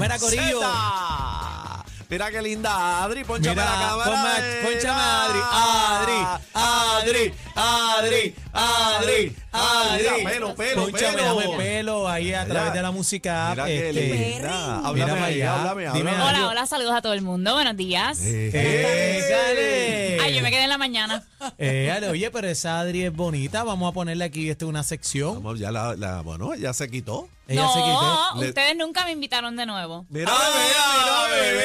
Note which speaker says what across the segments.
Speaker 1: Mira, Corillo.
Speaker 2: Zeta. Mira qué linda Adri, ponchame
Speaker 1: Mira,
Speaker 2: la cámara.
Speaker 1: ponme-
Speaker 2: eh.
Speaker 1: ponchame a Adri,
Speaker 2: Ah.
Speaker 1: Adri, Adri, Adri, Adri, Adri.
Speaker 2: Mira, pelo, pelo,
Speaker 1: Ponchame,
Speaker 2: pelo.
Speaker 1: dame pelo ahí a
Speaker 2: Mira,
Speaker 1: través de la música.
Speaker 2: Mira
Speaker 1: app,
Speaker 2: qué
Speaker 1: este,
Speaker 2: linda.
Speaker 1: Mira
Speaker 2: Háblame
Speaker 1: para
Speaker 2: ahí,
Speaker 1: allá.
Speaker 2: háblame,
Speaker 1: Dime
Speaker 2: háblame.
Speaker 1: algo.
Speaker 3: Hola, hola, saludos a todo el mundo. Buenos días.
Speaker 1: Eh, dale.
Speaker 3: Ay, yo me quedé en la mañana.
Speaker 1: Eh, dale, oye, pero esa Adri es bonita. Vamos a ponerle aquí este, una sección.
Speaker 2: Vamos, ya la, la- bueno, ya se quitó.
Speaker 1: Ella
Speaker 3: no,
Speaker 1: se quitó.
Speaker 2: Le-
Speaker 3: ustedes nunca me invitaron de nuevo.
Speaker 2: Mira,
Speaker 1: Ah,
Speaker 2: bebé, mira, bebé.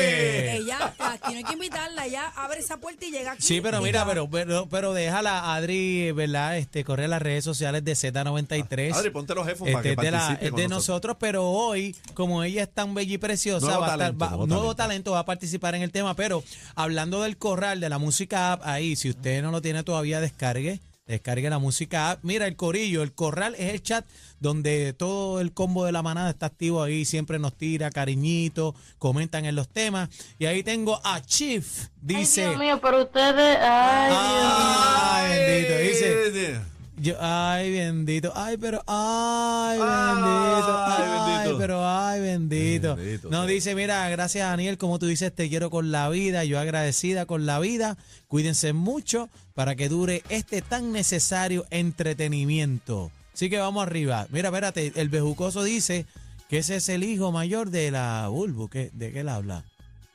Speaker 1: Eh.
Speaker 4: Ella, aquí no hay que invitarla, ella abre esa puerta y llega aquí.
Speaker 1: Sí, pero mira,
Speaker 4: Diga,
Speaker 1: pero, pero, pero déjala a Adri, ¿verdad? Este, corre las redes sociales de Z93.
Speaker 2: Adri, ponte los headphones para
Speaker 1: Este,
Speaker 2: que
Speaker 1: es de, la-
Speaker 2: participe
Speaker 1: es
Speaker 2: con
Speaker 1: de
Speaker 2: nosotros.
Speaker 1: nosotros, pero hoy, como ella es tan bella y preciosa,
Speaker 2: Nuevo
Speaker 1: va a estar-
Speaker 2: talento,
Speaker 1: va-
Speaker 2: nuevo
Speaker 1: nuevo
Speaker 2: talento.
Speaker 1: talento, va a participar en el tema. Pero hablando del corral, de la música app, ahí, si usted no lo tiene todavía, descargue. Descargue la música app. Mira, el corillo, el corral es el chat donde todo el combo de la manada está activo ahí. Siempre nos tira cariñito, comentan en los temas. Y ahí tengo a Chief, dice.
Speaker 5: Dios mío, pero ustedes. Ay,
Speaker 3: Ah,
Speaker 1: Ay, bendito, dice.
Speaker 2: dice.
Speaker 1: Yo, ay, bendito. Ay, pero. Ay, bendito.
Speaker 2: Ah, Ay,
Speaker 1: Ay,
Speaker 2: bendito.
Speaker 1: pero. Ay, bendito.
Speaker 2: Bendito
Speaker 1: no,
Speaker 2: sea.
Speaker 1: dice, mira, gracias, Daniel. Como tú dices, te quiero con la vida. Yo agradecida con la vida. Cuídense mucho para que dure este tan necesario entretenimiento. Así que vamos arriba. Mira, espérate. El bejucoso dice que ese es el hijo mayor de la Bulbu. ¿Qué- ¿De qué él habla?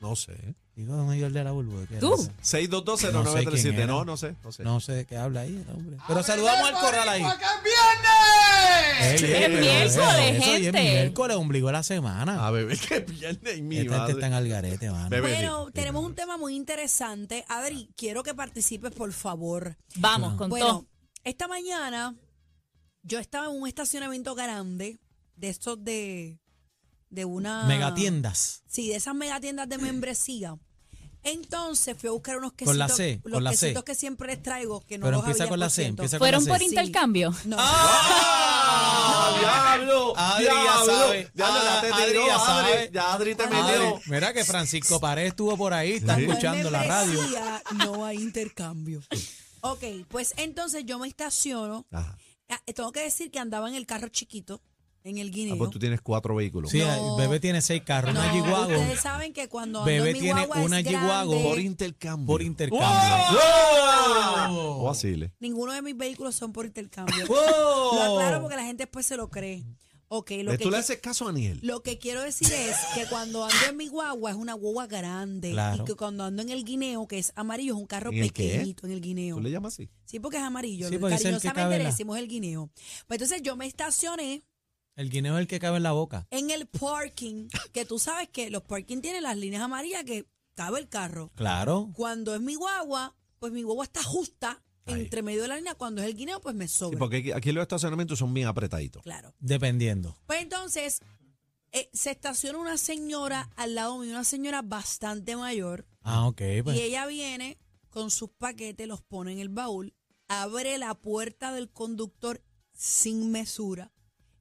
Speaker 2: No sé.
Speaker 1: Hijo mayor de la Bulbu. ¿de qué él
Speaker 3: ¿Tú?
Speaker 1: habla? No sé
Speaker 2: 6220937.
Speaker 1: quién
Speaker 2: No,
Speaker 1: era.
Speaker 2: no sé, no sé.
Speaker 1: No sé de qué habla ahí el hombre. Pero saludamos al corral ahí. Ey,
Speaker 2: Sí,
Speaker 1: ey,
Speaker 2: es
Speaker 1: pero
Speaker 2: miércoles,
Speaker 1: eso, eso, oye, es
Speaker 3: gente.
Speaker 1: miércoles, ombligo de la semana.
Speaker 2: Ah, bebé, qué pierde mi
Speaker 1: Esta gente
Speaker 2: madre.
Speaker 1: está en el garete, mano.
Speaker 2: Bebé.
Speaker 4: Bueno, tenemos un tema muy interesante. Adri, quiero que participes, por favor.
Speaker 3: Vamos, con
Speaker 4: Bueno,
Speaker 3: todo.
Speaker 4: esta mañana yo estaba en un estacionamiento grande de estos de, de una...
Speaker 1: Ah. Megatiendas.
Speaker 4: Sí, de esas megatiendas de membresía. Entonces fui a buscar unos quesitos,
Speaker 1: Con la C,
Speaker 4: los
Speaker 1: con la C.
Speaker 4: quesitos que siempre les traigo, que no
Speaker 1: Pero
Speaker 4: los
Speaker 1: empieza
Speaker 4: había,
Speaker 1: con la
Speaker 4: por
Speaker 1: C,
Speaker 4: cierto.
Speaker 1: empieza con-
Speaker 3: ¿Fueron
Speaker 1: ¿cómo
Speaker 3: por
Speaker 1: se-
Speaker 3: intercambio?
Speaker 4: No.
Speaker 2: ¡Ah! ¡Diablo!
Speaker 1: Adri ya
Speaker 2: ¡Diablo!
Speaker 1: sabe. Ah,
Speaker 2: ¡Diablo, la te
Speaker 1: Adri
Speaker 2: tiró,
Speaker 1: ya
Speaker 2: Adri!
Speaker 1: sabe.
Speaker 2: Ya Adri te
Speaker 4: Adri.
Speaker 2: metió.
Speaker 1: Madre, mira que Francisco Pared estuvo por ahí, está
Speaker 2: Sí.
Speaker 4: Cuando hay
Speaker 1: escuchando la radio.
Speaker 4: membresía, No hay intercambio. Ok, pues entonces yo me estaciono.
Speaker 2: Ajá.
Speaker 4: Ah, Tengo que decir que andaba en el carro chiquito, en el
Speaker 2: Ah,
Speaker 4: guineo.
Speaker 2: pues tú tienes cuatro vehículos.
Speaker 1: Sí,
Speaker 4: No.
Speaker 1: el bebé tiene seis carros,
Speaker 4: No,
Speaker 1: una Chihuahua
Speaker 4: ustedes saben que cuando ando
Speaker 1: Bebé
Speaker 4: en mi
Speaker 1: tiene
Speaker 4: guagua es
Speaker 1: una G-Wagon.
Speaker 4: grande,
Speaker 2: Por intercambio.
Speaker 1: por intercambio.
Speaker 2: O así, le.
Speaker 4: Ninguno de mis vehículos son por intercambio.
Speaker 1: ¡Wow!
Speaker 4: Lo aclaro porque la gente después se lo cree. Ok, lo que,
Speaker 2: Oh. Eh, Pues ¿Tú le
Speaker 4: qui-
Speaker 2: haces caso a Aniel?
Speaker 4: lo que quiero decir es que cuando ando en mi guagua es una guagua grande.
Speaker 1: Claro.
Speaker 4: Y que cuando ando en el guineo, que es amarillo, es un carro
Speaker 2: ¿En el qué?
Speaker 4: pequeñito en el guineo.
Speaker 2: ¿Tú le llamas así?
Speaker 4: Sí, porque es amarillo.
Speaker 1: Sí,
Speaker 4: lo-
Speaker 1: porque es el que cabe
Speaker 4: Cariñosamente le
Speaker 1: la-
Speaker 4: decimos el guineo. Pues entonces yo me estacioné
Speaker 1: El guineo es el que cabe en la boca.
Speaker 4: en el parking, que tú sabes que los parking tienen las líneas amarillas que cabe el carro.
Speaker 1: Claro.
Speaker 4: Cuando es mi guagua, pues mi guagua está justa
Speaker 2: Ahí.
Speaker 4: entre medio de la línea. Cuando es el guineo, pues me
Speaker 2: Sí,
Speaker 4: sobra.
Speaker 2: porque aquí- aquí los estacionamientos son bien apretaditos.
Speaker 4: Claro.
Speaker 1: Dependiendo.
Speaker 4: Pues entonces, eh, se estaciona una señora al lado mío, una señora bastante mayor.
Speaker 1: Ah, ok.
Speaker 4: Y
Speaker 1: Pues.
Speaker 4: ella viene con sus paquetes, los pone en el baúl, abre la puerta del conductor sin mesura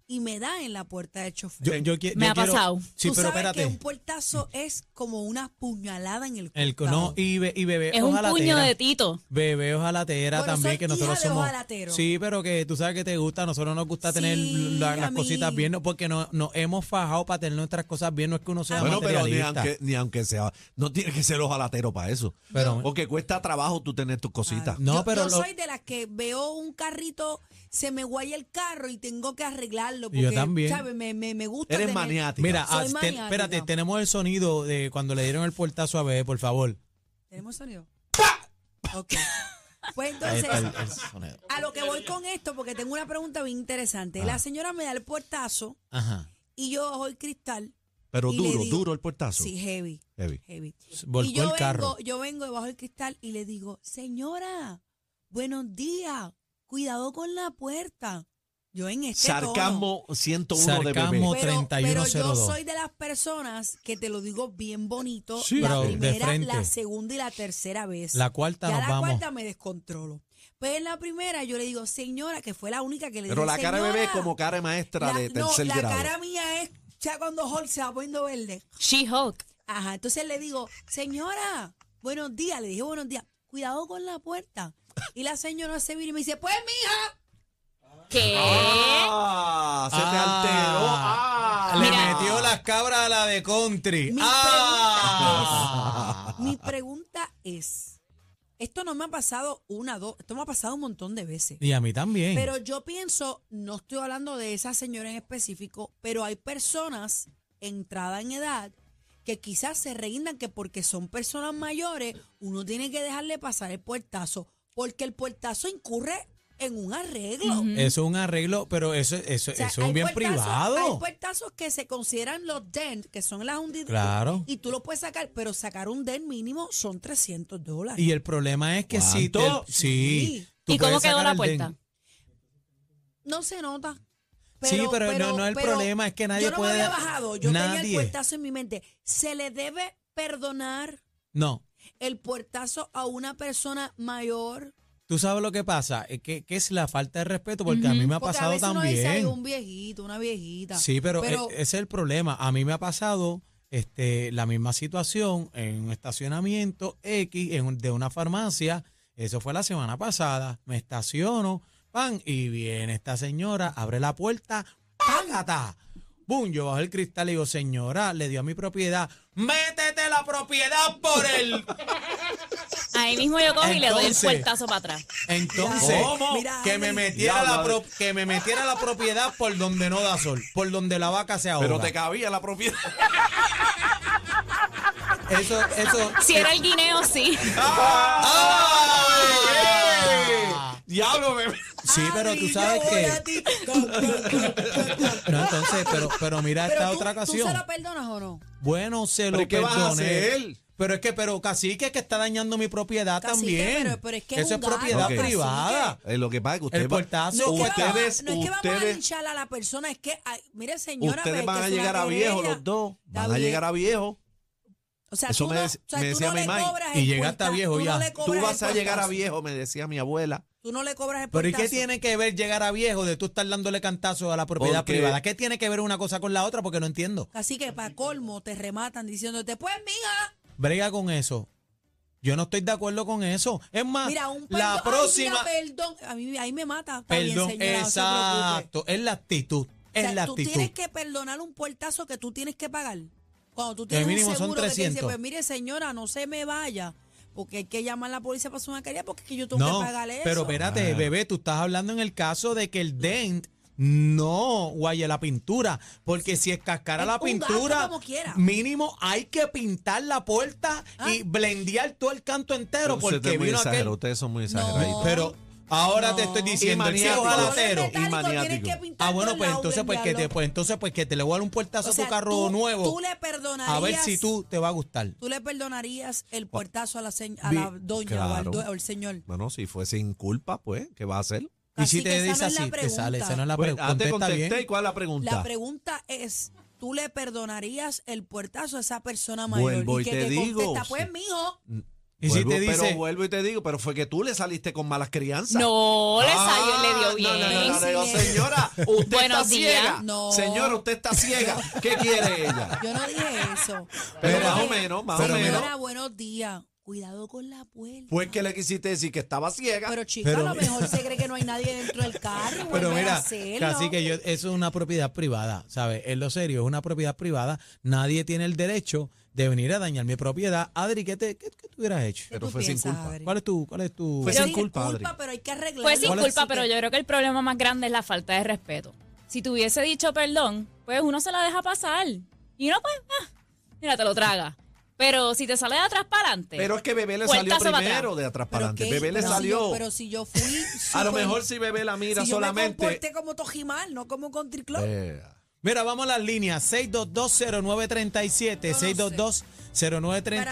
Speaker 4: y me da en la puerta del chofer.
Speaker 1: Yo, yo qui-
Speaker 3: Me
Speaker 1: yo
Speaker 3: ha
Speaker 1: quiero-
Speaker 3: pasado.
Speaker 1: Sí,
Speaker 4: Tú
Speaker 1: pero
Speaker 4: sabes que un
Speaker 1: espérate.
Speaker 4: puertazo es como una puñalada en el
Speaker 1: El, no,
Speaker 4: costado.
Speaker 1: y, be- y bebé.
Speaker 3: Es un
Speaker 1: ojalá
Speaker 3: puño
Speaker 1: tela.
Speaker 3: de Tito.
Speaker 1: Bebé ojalatera
Speaker 4: Bueno,
Speaker 1: también,
Speaker 4: soy
Speaker 1: que nosotros
Speaker 4: hija de
Speaker 1: somos.
Speaker 4: ojalatero.
Speaker 1: Sí, pero que tú sabes que te gusta, a nosotros nos gusta
Speaker 4: Sí,
Speaker 1: tener la-
Speaker 4: a
Speaker 1: las
Speaker 4: mí.
Speaker 1: cositas bien, no, porque no- nos hemos fajado para tener nuestras cosas bien, no es que uno sea
Speaker 2: Bueno, pero ni
Speaker 1: materialista.
Speaker 2: aunque, ni aunque sea, no tiene que ser ojalatero para eso.
Speaker 1: Pero- Ah,
Speaker 2: porque cuesta trabajo tú tener tus cositas.
Speaker 1: No,
Speaker 4: yo,
Speaker 1: pero
Speaker 4: yo
Speaker 1: lo-
Speaker 4: soy de las que veo un carrito, se me guaya el carro y tengo que arreglarlo.
Speaker 1: Y
Speaker 4: Porque,
Speaker 1: yo también.
Speaker 4: ¿sabes? Me, me, me gusta.
Speaker 2: Eres
Speaker 4: tener-
Speaker 2: maniática.
Speaker 1: Mira,
Speaker 4: Soy
Speaker 1: ah, te-
Speaker 4: maniática.
Speaker 1: espérate, tenemos el sonido de cuando le dieron el puertazo a Bebé, por favor.
Speaker 4: ¿Tenemos sonido? Ok. Pues
Speaker 1: Ahí
Speaker 4: entonces,
Speaker 1: está el- el sonido.
Speaker 4: a lo que voy con esto, porque tengo una pregunta bien interesante.
Speaker 1: Ah.
Speaker 4: La señora me da el puertazo
Speaker 1: Ajá.
Speaker 4: y yo bajo el cristal.
Speaker 2: pero
Speaker 4: y le
Speaker 2: duro,
Speaker 4: digo-
Speaker 2: duro el portazo.
Speaker 4: Sí, heavy,
Speaker 2: Heavy.
Speaker 4: heavy. y
Speaker 1: Volcó
Speaker 4: yo
Speaker 1: el carro.
Speaker 4: vengo, yo vengo debajo del cristal y le digo, señora, buenos días, cuidado con la puerta. Yo en este tono.
Speaker 2: Sarcasmo 101 de
Speaker 1: Sarcasmo.
Speaker 2: bebé.
Speaker 4: pero,
Speaker 1: 3102.
Speaker 4: pero yo soy de las personas que te lo digo bien bonito.
Speaker 2: Sí,
Speaker 4: la
Speaker 1: pero de
Speaker 4: primera,
Speaker 1: frente.
Speaker 4: la segunda y la tercera vez.
Speaker 1: La cuarta
Speaker 4: ya
Speaker 1: nos
Speaker 4: la
Speaker 1: vamos.
Speaker 4: cuarta me descontrolo. Pues en la primera yo le digo, señora, que fue la única que le
Speaker 2: Pero
Speaker 4: dije,
Speaker 2: la cara de bebé es
Speaker 4: "Señora".
Speaker 2: como cara de maestra
Speaker 4: La-
Speaker 2: de
Speaker 4: no,
Speaker 2: tercer
Speaker 4: la
Speaker 2: grado.
Speaker 4: cara mía es ya cuando Hall se va poniendo verde.
Speaker 3: She-Hulk.
Speaker 4: Ajá, entonces le digo, señora, buenos días. Le dije, buenos días. Cuidado con la puerta. Y la señora se vira y me dice, pues, mija.
Speaker 3: ¿Qué?
Speaker 2: Ah, se te
Speaker 1: Ah.
Speaker 2: alteró. Ah,
Speaker 1: Le
Speaker 3: Mira.
Speaker 1: metió las cabras a la de country.
Speaker 4: Mi
Speaker 1: ¡Ah!
Speaker 4: Mi pregunta es, esto no me ha pasado una, dos, esto me ha pasado un montón de veces.
Speaker 1: Y a mí también.
Speaker 4: Pero yo pienso, no estoy hablando de esa señora en específico, pero hay personas entrada en edad que quizás se reindan que porque son personas mayores, uno tiene que dejarle pasar el puertazo, porque el puertazo incurre en un arreglo.
Speaker 3: Ujú.
Speaker 1: eso es un arreglo, pero eso, eso,
Speaker 4: O sea,
Speaker 1: eso es
Speaker 4: hay
Speaker 1: un bien
Speaker 4: puertazos- Hay
Speaker 1: privado.
Speaker 4: puertazos que se consideran los dent, que son las hundidas.
Speaker 1: Claro.
Speaker 4: Y tú lo puedes sacar, pero sacar un dent mínimo son 300 dólares.
Speaker 1: Y el problema es que si te-
Speaker 2: ¿Cuánto?
Speaker 1: sí.
Speaker 4: Sí.
Speaker 1: tú
Speaker 3: ¿Y cómo
Speaker 1: puedes
Speaker 3: quedó
Speaker 1: sacar
Speaker 3: la
Speaker 1: al den.
Speaker 3: puerta?
Speaker 4: No se nota.
Speaker 1: sí, pero, no, no el
Speaker 4: pero
Speaker 1: problema es que nadie
Speaker 4: yo no
Speaker 1: puede.
Speaker 4: me había bajado, yo tenía el
Speaker 1: nadie.
Speaker 4: puertazo en mi mente. Se le debe perdonar
Speaker 1: No.
Speaker 4: el puertazo a una persona mayor.
Speaker 1: Tú sabes lo que pasa, es que, que es la falta de respeto, porque a
Speaker 3: Ujú.
Speaker 1: mí me ha
Speaker 4: Porque a
Speaker 1: pasado
Speaker 4: veces uno dice, "Ay,
Speaker 1: también.
Speaker 4: un viejito, una viejita.
Speaker 1: Sí, pero,
Speaker 4: Pero-
Speaker 1: e- ese es el problema. A mí me ha pasado este, la misma situación en un estacionamiento X en un- de una farmacia. Eso fue la semana pasada. Me estaciono, pan, y viene esta señora, abre la puerta, ¡págata! ¡Bum! Yo bajo el cristal y digo, señora, le dio a mi propiedad. ¡Métete la propiedad por él!
Speaker 3: Ahí mismo yo cojo y le doy el
Speaker 1: Entonces-
Speaker 3: puertazo para atrás.
Speaker 1: Entonces,
Speaker 2: ¿Cómo?
Speaker 4: Mira,
Speaker 1: que, me
Speaker 4: Alex.
Speaker 1: metiera
Speaker 2: Ya,
Speaker 1: la
Speaker 2: la-
Speaker 1: pro- que me metiera la propiedad por donde no da sol, por donde la vaca se ahoga.
Speaker 2: Pero te cabía la propiedad.
Speaker 1: Eso, eso.
Speaker 3: Si era el guineo, sí.
Speaker 1: ¡Ah!
Speaker 2: Diablo, bebé.
Speaker 1: Sí, pero tú
Speaker 4: Ay,
Speaker 1: sabes
Speaker 4: yo voy a
Speaker 1: que.
Speaker 4: ti. Con, con, con, con.
Speaker 1: No, entonces, pero, pero mira
Speaker 4: Pero
Speaker 1: esta
Speaker 4: tú-
Speaker 1: otra
Speaker 4: ¿Tú se
Speaker 1: ocasión.
Speaker 4: la perdonas o no?
Speaker 1: Bueno, se lo
Speaker 2: ¿Pero qué vas a
Speaker 1: perdoné.
Speaker 2: hacer?
Speaker 1: Pero es que, pero cacique es que está dañando mi propiedad
Speaker 4: Cacique,
Speaker 1: también.
Speaker 4: pero- pero es que es
Speaker 1: Eso
Speaker 4: un
Speaker 1: es
Speaker 4: gato,
Speaker 1: propiedad
Speaker 2: cacique.
Speaker 1: privada.
Speaker 2: Eh, lo que pasa es que
Speaker 1: El
Speaker 2: usted va,
Speaker 1: portazo.
Speaker 4: No es, que
Speaker 2: ustedes-
Speaker 4: vamos, a- no es que vamos a
Speaker 2: ustedes-
Speaker 4: linchar a la persona, es que, ay, mire señora, pero
Speaker 2: ustedes
Speaker 4: es
Speaker 2: van
Speaker 4: que
Speaker 2: a
Speaker 4: es una
Speaker 2: llegar a
Speaker 4: querella.
Speaker 2: viejos los dos.
Speaker 4: Está
Speaker 2: Van a
Speaker 4: bien.
Speaker 2: llegar a viejos.
Speaker 4: O sea,
Speaker 2: Eso
Speaker 4: tú
Speaker 2: me
Speaker 4: no,
Speaker 2: dec-
Speaker 4: o sea,
Speaker 2: me
Speaker 4: tú
Speaker 2: decía
Speaker 4: no
Speaker 2: mi
Speaker 4: le
Speaker 2: mamá,
Speaker 4: cobras
Speaker 1: y
Speaker 4: el
Speaker 1: llega hasta
Speaker 4: puerta-
Speaker 1: viejo
Speaker 4: tú
Speaker 1: ya.
Speaker 4: No le
Speaker 2: Tú
Speaker 4: cobras
Speaker 2: vas
Speaker 4: el
Speaker 2: a llegar a
Speaker 4: puertazo.
Speaker 2: viejo, me decía mi abuela.
Speaker 4: Tú no le cobras el
Speaker 1: Pero ¿y
Speaker 4: puertazo.
Speaker 1: qué tiene que ver llegar a viejo de tú estar dándole cantazos a la propiedad
Speaker 2: Porque-
Speaker 1: privada? ¿Qué tiene que ver una cosa con la otra? Porque no entiendo.
Speaker 4: Así que para colmo te rematan diciéndote, pues mija,
Speaker 1: Brega con eso. Yo no estoy de acuerdo con eso. Es más,
Speaker 4: mira, un perdón,
Speaker 1: Ah, la
Speaker 4: ay,
Speaker 1: próxima.
Speaker 4: mira, perdón, a mí ahí me mata. Está bien,
Speaker 1: Perdón,
Speaker 4: señora, no se preocupe.
Speaker 1: exacto. Es la actitud.
Speaker 4: O sea,
Speaker 1: Es la
Speaker 4: tú
Speaker 1: actitud.
Speaker 4: tienes que perdonar un puertazo que tú tienes que pagar. Cuando tú tienes
Speaker 1: mínimo
Speaker 4: un
Speaker 1: son
Speaker 4: seguro que te dice,
Speaker 1: 300.
Speaker 4: pues mire señora, no se me vaya, porque hay que llamar a la policía para su mascarilla porque es que yo tengo que pagar eso.
Speaker 1: pero espérate,
Speaker 2: Ah.
Speaker 1: bebé, tú estás hablando en el caso de que el dent no guaya la pintura, porque si escascara
Speaker 4: Es
Speaker 1: la
Speaker 4: un gasto
Speaker 1: pintura,
Speaker 4: como quiera.
Speaker 1: mínimo hay que pintar la puerta
Speaker 4: Ah.
Speaker 1: y blendear todo el canto entero,
Speaker 2: Ustedes
Speaker 1: porque
Speaker 2: son muy
Speaker 1: vino aquel...
Speaker 2: exagerados, Ustedes son muy
Speaker 4: No.
Speaker 2: exagerados.
Speaker 1: Pero ahora te
Speaker 4: No.
Speaker 1: estoy diciendo,
Speaker 2: Y
Speaker 1: el ciego
Speaker 2: maniático.
Speaker 1: jalatero.
Speaker 2: Pero- y maniático.
Speaker 1: Ah, bueno, pues entonces pues que te, pues entonces pues que te le voy a dar un puertazo a tu carro nuevo.
Speaker 4: Tú le perdonarías.
Speaker 1: A ver si tú te va a gustar.
Speaker 4: Tú le perdonarías el puertazo a la, señ- a
Speaker 2: Vi-
Speaker 4: la doña o, al
Speaker 2: claro.
Speaker 4: due- o al señor.
Speaker 2: Bueno, si fue sin culpa, pues, ¿qué va a hacer?
Speaker 1: Y si
Speaker 4: Cacique,
Speaker 1: te
Speaker 4: esa
Speaker 1: dice
Speaker 4: no es la
Speaker 1: así, te sale,
Speaker 4: pregunta.
Speaker 1: esa no es la
Speaker 2: Pues,
Speaker 1: pregunta.
Speaker 2: antes
Speaker 1: Contesta bien.
Speaker 2: contesté, ¿y cuál es la pregunta?
Speaker 4: La pregunta es, ¿tú le perdonarías el puertazo a esa persona mayor?
Speaker 2: Vuelvo
Speaker 4: y
Speaker 2: y
Speaker 4: que
Speaker 2: te digo,
Speaker 4: contesta,
Speaker 2: sí.
Speaker 4: pues mijo,
Speaker 1: Y si
Speaker 2: Vuelvo,
Speaker 1: te dice,
Speaker 2: pero vuelvo y te digo, pero fue que tú le saliste con malas crianzas.
Speaker 3: No, le salió, le
Speaker 2: Ah,
Speaker 3: dio bien.
Speaker 2: No, no, no, no,
Speaker 4: bien.
Speaker 2: no, señora, usted está
Speaker 3: Buenos días.
Speaker 2: ciega.
Speaker 4: No.
Speaker 2: Señora, usted está ciega. ¿Qué quiere ella?
Speaker 4: yo no dije eso.
Speaker 2: Pero
Speaker 4: Yo
Speaker 2: más
Speaker 4: dije,
Speaker 2: o menos, más o
Speaker 4: señora,
Speaker 2: menos.
Speaker 4: buenos días. Cuidado con la puerta.
Speaker 2: Pues que le quisiste decir que estaba ciega.
Speaker 4: pero chica,
Speaker 1: Pero-
Speaker 4: a lo mejor se cree que no hay nadie dentro del carro.
Speaker 1: pero Pues mira,
Speaker 4: así
Speaker 1: casi que yo, eso es una propiedad privada, ¿sabes? Es lo serio, es una propiedad privada. Nadie tiene el derecho de venir a dañar mi propiedad. Adri, ¿qué, te, qué, qué te hubieras hecho?
Speaker 2: Pero fue sin culpa.
Speaker 1: ¿Cuál es tu, cuál es tu?
Speaker 2: Fue
Speaker 4: Yo
Speaker 2: sin
Speaker 4: dije,
Speaker 2: culpa, Adri.
Speaker 4: pero hay que arreglarlo.
Speaker 3: Fue sin
Speaker 1: Hola,
Speaker 3: Pues culpa,
Speaker 4: Así
Speaker 3: pero
Speaker 4: que-
Speaker 3: yo creo que el problema más grande es la falta de respeto. Si te hubiese dicho perdón, pues uno se la deja pasar. Y no, pues, ah, mira, te lo traga. Pero si te sale de atrás para adelante.
Speaker 2: Pero es que Bebé le
Speaker 3: Pues
Speaker 2: salió
Speaker 3: caso va atrás.
Speaker 2: primero de atrás para
Speaker 4: Pero
Speaker 2: adelante.
Speaker 4: qué-
Speaker 2: Bebé le
Speaker 4: pero si
Speaker 2: salió.
Speaker 4: yo- pero si yo fui.
Speaker 2: A lo
Speaker 4: súper-
Speaker 2: mejor si Bebé la mira
Speaker 4: si Yo me
Speaker 2: solamente.
Speaker 4: comporté como Tojimal, no como Country Club.
Speaker 2: Eh,
Speaker 1: Mira, vamos a las líneas. 6220937, 6220937.
Speaker 4: Yo no sé. Para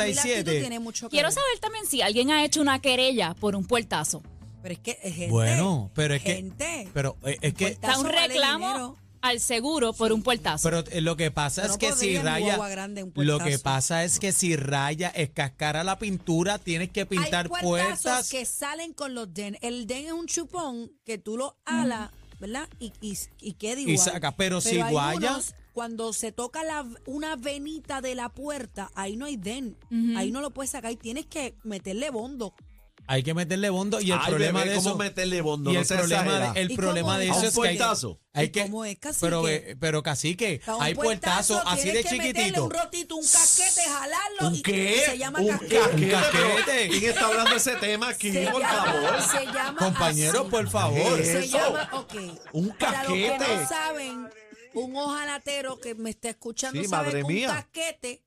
Speaker 4: mí la actitud tiene mucho que
Speaker 3: Quiero
Speaker 4: ver.
Speaker 3: saber también si alguien ha hecho una querella por un puertazo.
Speaker 4: Pero es que es gente.
Speaker 1: Bueno, pero es que-
Speaker 4: Gente. Pues
Speaker 1: Pero eh, es que
Speaker 3: O sea, un
Speaker 4: Puertazo vale
Speaker 3: reclamo
Speaker 4: dinero.
Speaker 3: al seguro por un puertazo.
Speaker 1: Pero eh, lo que pasa
Speaker 4: Pero
Speaker 1: es
Speaker 4: no
Speaker 1: que si
Speaker 4: podría en
Speaker 1: raya.
Speaker 4: guagua grande un
Speaker 1: Lo
Speaker 4: puertazo.
Speaker 1: que pasa es que si raya, escascara la pintura, tienes que pintar
Speaker 4: Hay puertazos
Speaker 1: puertas.
Speaker 4: que salen con los den. El den es un chupón que tú lo alas, ¿verdad? Y, y, y queda igual.
Speaker 1: Y saca, pero si
Speaker 4: hay
Speaker 1: guaya-
Speaker 4: unos, Cuando se toca la, una venita de la puerta, ahí no hay den. Ahí no lo puedes sacar. Y tienes que meterle bondo.
Speaker 1: Hay que meterle bondo y el
Speaker 2: Ay,
Speaker 1: problema
Speaker 2: bebé,
Speaker 1: de eso.
Speaker 2: ¿cómo meterle bondo?
Speaker 1: y
Speaker 2: No
Speaker 1: el
Speaker 2: se
Speaker 1: problema
Speaker 2: exagera.
Speaker 1: de, el
Speaker 4: ¿Y
Speaker 1: problema
Speaker 4: cómo
Speaker 1: de
Speaker 4: es?
Speaker 1: eso
Speaker 4: ¿A un
Speaker 1: es que hay-
Speaker 2: puertazo?
Speaker 1: hay,
Speaker 4: ¿Y
Speaker 1: que
Speaker 4: cómo es, cacique?
Speaker 1: pero ve- pero cacique,
Speaker 4: Para un
Speaker 1: hay puertazo, así de
Speaker 4: tienes que meterle
Speaker 1: chiquitito.
Speaker 4: un rotito, un casquete, jalarlo.
Speaker 2: ¿Un
Speaker 4: y
Speaker 2: qué?
Speaker 4: Se llama
Speaker 2: ¿Un
Speaker 4: casquete.
Speaker 2: casquete?
Speaker 1: Un casquete.
Speaker 2: ¿Quién está hablando de ese tema aquí,
Speaker 4: Se
Speaker 2: por
Speaker 4: llama-
Speaker 2: favor?
Speaker 4: Se llama
Speaker 1: Compañero,
Speaker 4: así.
Speaker 1: por favor.
Speaker 2: ¿Qué es
Speaker 4: Se
Speaker 2: eso?
Speaker 4: llama, ok.
Speaker 2: Un
Speaker 4: Para los que
Speaker 2: casquete.
Speaker 4: no saben, un ojalatero que me está escuchando
Speaker 2: Sí,
Speaker 4: sabe
Speaker 2: madre
Speaker 4: que
Speaker 2: mía.
Speaker 4: un casquete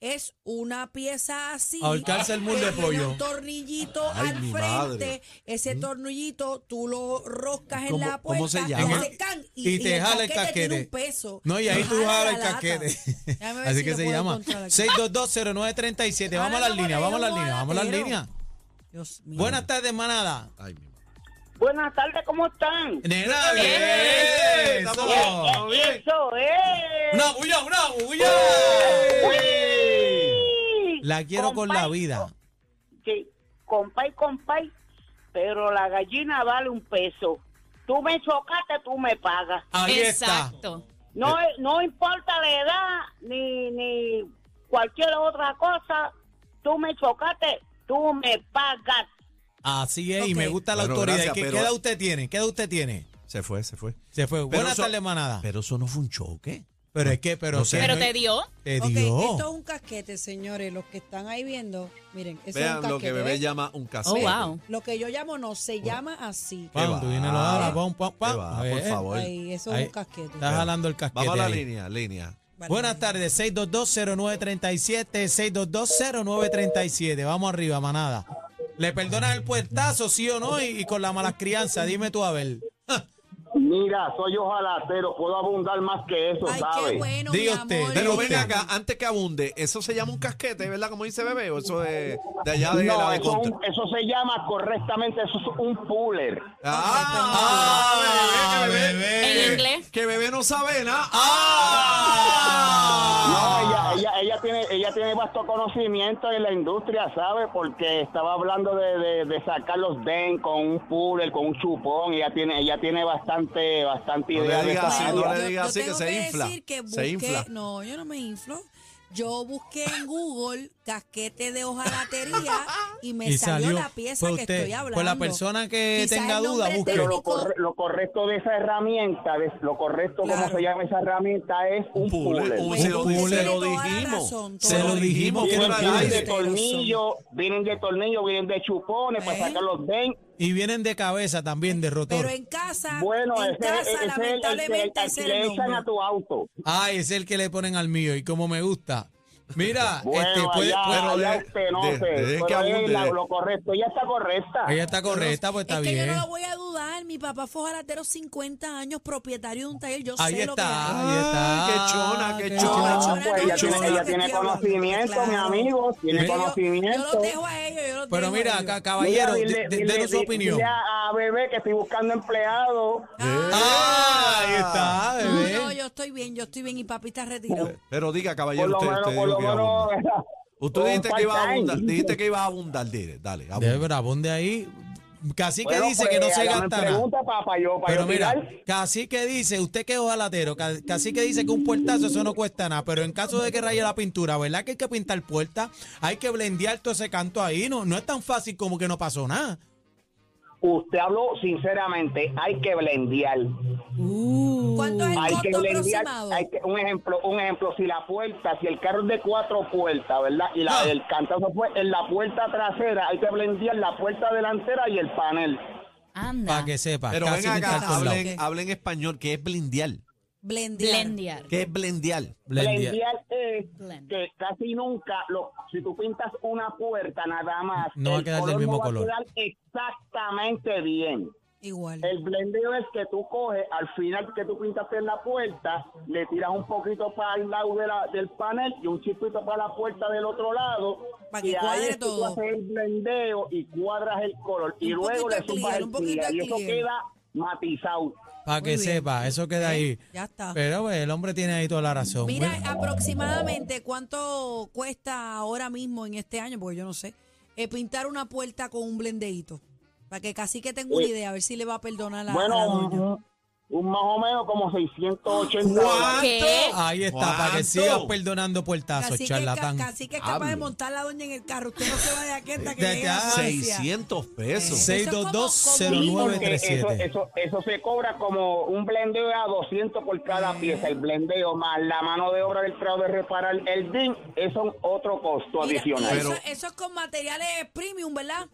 Speaker 4: es una pieza así.
Speaker 1: Ahorcarse el mul
Speaker 4: que
Speaker 1: de
Speaker 4: tiene
Speaker 1: pollo.
Speaker 4: Un tornillito
Speaker 2: Ay,
Speaker 4: al
Speaker 2: mi
Speaker 4: frente.
Speaker 2: madre. Mm.
Speaker 4: Ese tornillito tú lo roscas en
Speaker 2: ¿Cómo-
Speaker 4: la puerta.
Speaker 2: cómo se
Speaker 4: Y,
Speaker 2: llama?
Speaker 4: hace can, y,
Speaker 1: Y te jala el
Speaker 4: Tiene
Speaker 1: casquete.
Speaker 4: un peso.
Speaker 1: No, y ahí
Speaker 4: Te
Speaker 1: tú
Speaker 4: la
Speaker 1: jalas el
Speaker 4: lata.
Speaker 1: casquete.
Speaker 4: Déjame ver
Speaker 1: Así
Speaker 4: si
Speaker 1: que
Speaker 4: lo
Speaker 1: se
Speaker 4: puedo
Speaker 1: llama.
Speaker 4: encontrar aquí.
Speaker 1: 6220937. Vamos a
Speaker 4: Ahora
Speaker 1: las líneas,
Speaker 4: vamos
Speaker 1: vamos a
Speaker 4: a
Speaker 1: las líneas, vamos a las
Speaker 4: regalar un
Speaker 1: líneas.
Speaker 4: Dios mío.
Speaker 1: Buenas tardes, manada.
Speaker 2: Ay, mi madre.
Speaker 5: Buenas tardes, ¿cómo están? Eh,
Speaker 1: Nena, bien.
Speaker 2: Estamos
Speaker 1: Eso.
Speaker 2: bien.
Speaker 5: Eso es.
Speaker 1: Una bulla, una bulla. La quiero con la
Speaker 5: Compay-
Speaker 1: vida.
Speaker 5: Sí, compay, compay, pero la gallina vale un peso. Tú me chocaste, tú me pagas.
Speaker 1: Ahí está.
Speaker 3: Exacto.
Speaker 5: No,
Speaker 1: Eh.
Speaker 5: no importa la edad ni, ni cualquier otra cosa, tú me chocaste, tú me pagas.
Speaker 1: Así es, y
Speaker 4: Ok.
Speaker 1: me gusta la
Speaker 2: Bueno,
Speaker 1: autoridad.
Speaker 2: gracias,
Speaker 1: ¿Qué
Speaker 2: pero-
Speaker 1: queda usted tiene? ¿Qué edad usted tiene?
Speaker 2: Se fue, se fue.
Speaker 1: Se fue. Buenas
Speaker 2: eso-
Speaker 1: tardes,
Speaker 3: Ah.
Speaker 1: manada. Pero,
Speaker 2: Pero eso no fue un choque.
Speaker 1: es que, pero,
Speaker 2: no
Speaker 1: es
Speaker 2: sé.
Speaker 1: que
Speaker 3: Pero
Speaker 1: no-
Speaker 3: te dio.
Speaker 1: te
Speaker 4: Ok,
Speaker 1: dio.
Speaker 4: esto es un casquete, señores. Los que están ahí viendo, miren, eso es un
Speaker 2: Vean
Speaker 4: casquete.
Speaker 2: lo que bebé
Speaker 4: ¿ves?
Speaker 2: llama un
Speaker 3: Oh,
Speaker 2: casquete.
Speaker 3: wow.
Speaker 4: Lo que yo llamo no se llama así.
Speaker 2: Qué
Speaker 1: Pam, tú vienes, lo
Speaker 2: va,
Speaker 1: hablas, pam, pam, pam.
Speaker 2: qué va,
Speaker 1: A ver.
Speaker 2: por favor.
Speaker 4: Ay, eso
Speaker 1: Ahí.
Speaker 4: es un casquete.
Speaker 1: Estás jalando el casquete.
Speaker 2: Vamos a la
Speaker 1: ahí.
Speaker 2: línea, línea.
Speaker 4: Vale,
Speaker 1: Buenas
Speaker 4: vale.
Speaker 1: tardes, 6220937, 6220937. Vamos arriba, manada. ¿Le perdonas el puertazo, sí o no? Y, y con la mala crianza, dime tú, a ver.
Speaker 6: Mira, soy ojalatero, puedo abundar más que eso,
Speaker 4: Ay, qué
Speaker 6: ¿sabes?
Speaker 4: bueno,
Speaker 1: Diga
Speaker 4: mi
Speaker 1: usted,
Speaker 4: amor.
Speaker 2: Pero
Speaker 1: usted.
Speaker 2: ven acá, antes que abunde, eso se llama un casquete, ¿verdad? Como dice bebé, o eso de, de allá de
Speaker 6: No,
Speaker 2: la de
Speaker 6: eso, es
Speaker 2: contra.
Speaker 6: un- eso se llama correctamente, eso es un puller.
Speaker 2: Ah,
Speaker 1: Ah,
Speaker 2: bebé, que bebé.
Speaker 3: En
Speaker 2: que-
Speaker 3: inglés.
Speaker 2: Que bebé no sabe nada.
Speaker 6: No,
Speaker 2: ¡Ah!
Speaker 6: ella, ella, ella tiene, ella tiene vasto conocimiento en la industria, ¿sabes? Porque estaba hablando de, de- de sacar los den con un puller, con un chupón, ella tiene, ella tiene bastante, bastante
Speaker 2: No le
Speaker 6: idea de
Speaker 1: Ah,
Speaker 2: digas
Speaker 6: esa
Speaker 2: así,
Speaker 6: área.
Speaker 2: no le
Speaker 4: Yo-
Speaker 2: digas
Speaker 4: yo
Speaker 2: así, que
Speaker 4: tengo
Speaker 2: se infla.
Speaker 4: decir que
Speaker 2: Se
Speaker 4: busqué-
Speaker 2: infla.
Speaker 4: No, yo no me inflo. Yo busqué en Google casquete de hojalatería y me
Speaker 1: Y
Speaker 4: salió,
Speaker 1: salió.
Speaker 4: la pieza
Speaker 1: Pues
Speaker 4: que
Speaker 1: usted,
Speaker 4: estoy
Speaker 1: pues la
Speaker 4: hablando.
Speaker 1: persona que tenga
Speaker 4: el
Speaker 1: duda,
Speaker 4: nombre
Speaker 1: busque.
Speaker 6: Pero lo,
Speaker 4: técnico-
Speaker 6: corre- lo correcto de esa herramienta, de- lo correcto como
Speaker 4: Claro.
Speaker 6: se llama esa herramienta es un
Speaker 2: puller,
Speaker 6: puller.
Speaker 2: un-
Speaker 4: Pues
Speaker 2: se
Speaker 4: usted
Speaker 2: lo-
Speaker 4: tiene
Speaker 2: se lo
Speaker 4: toda la
Speaker 2: dijimos,
Speaker 4: razón,
Speaker 1: se
Speaker 4: toda
Speaker 1: lo
Speaker 4: la razón.
Speaker 1: dijimos que
Speaker 2: Vienen
Speaker 1: era
Speaker 2: de
Speaker 1: al
Speaker 6: de
Speaker 1: aire.
Speaker 6: tornillo, vienen de tornillo, vienen de chupones para
Speaker 4: ¿Eh?
Speaker 6: Pues sacar los den.
Speaker 1: Y vienen de cabeza también, de rotor.
Speaker 4: Pero en casa,
Speaker 6: Bueno,
Speaker 4: en
Speaker 6: ese,
Speaker 4: casa
Speaker 6: ese es el- el, que- el
Speaker 4: lamentablemente ese
Speaker 6: que
Speaker 4: es el
Speaker 6: le echan
Speaker 4: nombre.
Speaker 6: a tu auto.
Speaker 1: Ay, es el que le ponen al mío y como me gusta. Mira,
Speaker 6: Bueno,
Speaker 1: este, puede,
Speaker 6: allá,
Speaker 1: puede-
Speaker 6: allá
Speaker 2: de-
Speaker 6: usted no
Speaker 2: de-
Speaker 6: sé,
Speaker 2: de- de que
Speaker 6: pero es
Speaker 2: abunde,
Speaker 6: la-
Speaker 2: de-
Speaker 6: lo correcto, ella está correcta.
Speaker 1: ella está correcta, pues está
Speaker 4: es que
Speaker 1: bien.
Speaker 4: yo no lo voy a dudar. Mi papá fue ojalatero 50 años, propietario de un taller. Yo
Speaker 1: Ahí
Speaker 4: sé lo que
Speaker 1: está,
Speaker 4: hay.
Speaker 1: ahí está.
Speaker 2: Ay, qué chona, qué
Speaker 1: No,
Speaker 2: chona.
Speaker 6: No,
Speaker 4: chona,
Speaker 6: pues
Speaker 4: no, yo
Speaker 6: ella
Speaker 4: sé
Speaker 6: tiene,
Speaker 4: lo
Speaker 6: ella
Speaker 4: que
Speaker 6: tiene
Speaker 4: estoy hablando,
Speaker 6: conocimiento, mi
Speaker 4: claro.
Speaker 6: amigo, tiene
Speaker 4: Yo- Yo,
Speaker 6: conocimiento.
Speaker 4: los dejo a ellos, yo los
Speaker 1: Pero
Speaker 4: dejo
Speaker 1: mira,
Speaker 4: a ellos.
Speaker 1: ca- caballero,
Speaker 6: Mira,
Speaker 1: de-
Speaker 6: dile-
Speaker 1: de-
Speaker 6: dile-
Speaker 1: denos su
Speaker 6: di-
Speaker 1: opinión.
Speaker 6: dile a, a bebé que estoy buscando empleado.
Speaker 1: Ah, ahí está,
Speaker 4: No,
Speaker 1: bebé.
Speaker 4: no, yo estoy bien, yo estoy bien y papi está retirado.
Speaker 2: Pero diga,
Speaker 6: Por
Speaker 2: caballero,
Speaker 6: lo
Speaker 2: usted,
Speaker 6: menos,
Speaker 2: usted dijo
Speaker 6: por lo
Speaker 2: que iba a
Speaker 6: menos.
Speaker 2: abundar. Usted
Speaker 6: un
Speaker 2: dijiste que iba a
Speaker 6: part-time.
Speaker 2: abundar, dijiste que iba a abundar, dile, dale,
Speaker 1: De
Speaker 2: abunda.
Speaker 1: brabón de ahí. Casi que
Speaker 6: Bueno,
Speaker 1: dice que
Speaker 6: pues,
Speaker 1: no se
Speaker 6: hágame
Speaker 1: gasta nada.
Speaker 6: pregunta para, yo, para
Speaker 1: Pero
Speaker 6: yo
Speaker 1: mira,
Speaker 6: tirar.
Speaker 1: casi que dice, usted que es ojalatero, ca- casi que dice que un puertazo eso no cuesta nada, pero en caso de que raye la pintura, ¿verdad que hay que pintar puertas? Hay que blendear todo ese canto ahí, no, no es tan fácil como que no pasó nada.
Speaker 6: Usted habló sinceramente, hay que blendear.
Speaker 4: ¿Cuánto es el
Speaker 6: Hay que
Speaker 4: costo
Speaker 6: blendear.
Speaker 4: aproximado?
Speaker 6: Hay que- un ejemplo, un ejemplo, si la puerta, si el carro es de cuatro puertas, ¿verdad? Y la,
Speaker 1: Ah.
Speaker 6: el cantazo fue en la puerta trasera, hay que blendear la puerta delantera y el panel.
Speaker 1: Para
Speaker 3: Anda.
Speaker 1: que sepa.
Speaker 2: Pero
Speaker 1: casi
Speaker 2: ven acá,
Speaker 1: pintar todos lados.
Speaker 2: hablen, hablen español, que es blindear.
Speaker 4: Blendear.
Speaker 3: Blendear.
Speaker 2: ¿Qué es blindear?
Speaker 1: Blendear.
Speaker 6: Blendear es
Speaker 3: Blend.
Speaker 6: que casi nunca, lo, si tú pintas una puerta nada más,
Speaker 1: No va a quedar del
Speaker 6: no
Speaker 1: mismo
Speaker 6: va a
Speaker 1: color.
Speaker 6: quedar exactamente bien.
Speaker 4: Igual.
Speaker 6: El blendeo es que tú coges, al final que tú pintaste en la puerta, le tiras un poquito para el lado de la- del panel y un chispito para la puerta del otro lado.
Speaker 4: Para que
Speaker 6: y ahí
Speaker 4: cuadre
Speaker 6: es que tú
Speaker 4: todo.
Speaker 6: haces el blendeo y cuadras el color. Y
Speaker 4: Un
Speaker 6: luego
Speaker 4: poquito
Speaker 6: le
Speaker 4: de clear,
Speaker 6: subas el
Speaker 4: un poquito
Speaker 6: clear,
Speaker 4: de
Speaker 6: y eso
Speaker 4: clear.
Speaker 6: queda matizado.
Speaker 1: Para que
Speaker 4: Muy bien.
Speaker 1: sepa, eso queda ahí.
Speaker 4: Eh, Ya está.
Speaker 1: Pero pues, el hombre tiene ahí toda la razón.
Speaker 4: Mira,
Speaker 1: Mira.
Speaker 4: aproximadamente cuánto cuesta ahora mismo en este año, porque yo no sé, eh, pintar una puerta con un blendeito. Para que casi que tenga una
Speaker 6: Sí.
Speaker 4: idea, a ver si le va a perdonar a, a la
Speaker 6: Eh, Bueno,
Speaker 4: doña.
Speaker 6: mm, un más o menos como 680 dólares.
Speaker 2: ¿Cuánto?
Speaker 3: ¿Qué?
Speaker 1: Ahí está, para que
Speaker 2: ¿Cuánto?
Speaker 1: sigas perdonando puertazos,
Speaker 4: Casi que,
Speaker 1: charlatán.
Speaker 4: ca- casi que es capaz de
Speaker 2: Hablo.
Speaker 4: montar la doña en el carro. Usted no se va de aquí hasta que
Speaker 1: De
Speaker 4: llegue a
Speaker 1: acá.
Speaker 4: la policía.
Speaker 2: 600 pesos.
Speaker 4: Sí.
Speaker 6: Sí, porque
Speaker 1: 622-0937.
Speaker 6: Eh, eso, eso, eso se cobra como un blendeo a 200 por cada pieza, el blendeo más la mano de obra del trabajo de reparar el DIN, eso es otro costo
Speaker 4: Mira, y
Speaker 6: adicional.
Speaker 4: eso,
Speaker 2: Pero-
Speaker 4: eso es con materiales premium, ¿verdad?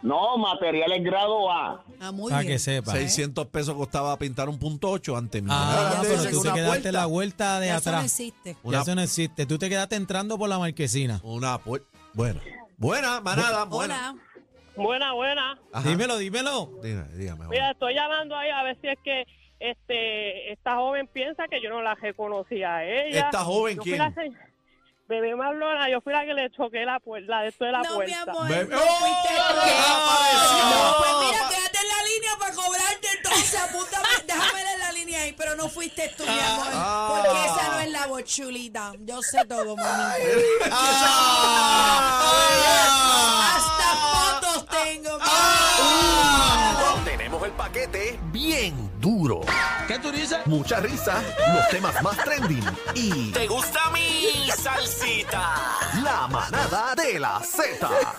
Speaker 6: No, materiales grado A.
Speaker 4: Ah, muy
Speaker 1: Para
Speaker 4: bien.
Speaker 1: que sepa.
Speaker 2: 600 pesos costaba pintar un punto 8 ante mí.
Speaker 1: Ah,
Speaker 4: Ya
Speaker 1: pero
Speaker 4: se
Speaker 1: tú te
Speaker 4: hizo
Speaker 1: quedaste
Speaker 4: una
Speaker 1: en la vuelta de
Speaker 4: Ya eso no
Speaker 1: atrás.
Speaker 4: existe.
Speaker 1: ya
Speaker 2: Una-
Speaker 1: eso no existe. Tú te quedaste entrando por la marquesina.
Speaker 2: Una puerta. Buena. Buena, manada, buena.
Speaker 4: Hola.
Speaker 7: Buena, buena.
Speaker 2: Ajá.
Speaker 1: Dímelo, dímelo.
Speaker 2: Dígame, dígame.
Speaker 7: Mira,
Speaker 2: hola.
Speaker 7: estoy llamando ahí a ver si es que este esta joven piensa que yo no la reconocía a ella.
Speaker 2: Esta joven,
Speaker 7: Yo fui
Speaker 2: ¿quién?
Speaker 7: la se- Bebé Marlona, yo fui la que le choqué la puerta, la de esto de la
Speaker 4: No, mi
Speaker 7: puerta.
Speaker 4: amor.
Speaker 2: Bebé-
Speaker 4: no fuiste
Speaker 2: ¡Oh!
Speaker 4: tú.
Speaker 2: ¡Apareció!
Speaker 4: No, pues mira, quédate en la línea para cobrarte entonces. Apúntame, déjame ver en la línea ahí, pero no fuiste tú, mi amor.
Speaker 2: Ah.
Speaker 4: Porque esa no es la bochulita. Yo sé todo, mamita.
Speaker 2: Ah,
Speaker 4: Hasta fotos tengo.
Speaker 8: Tenemos el paquete bien duro. ¿Qué tú dices? Mucha risa, los temas más trending y... ¿Te gusta mi salsita? La manada de la Z.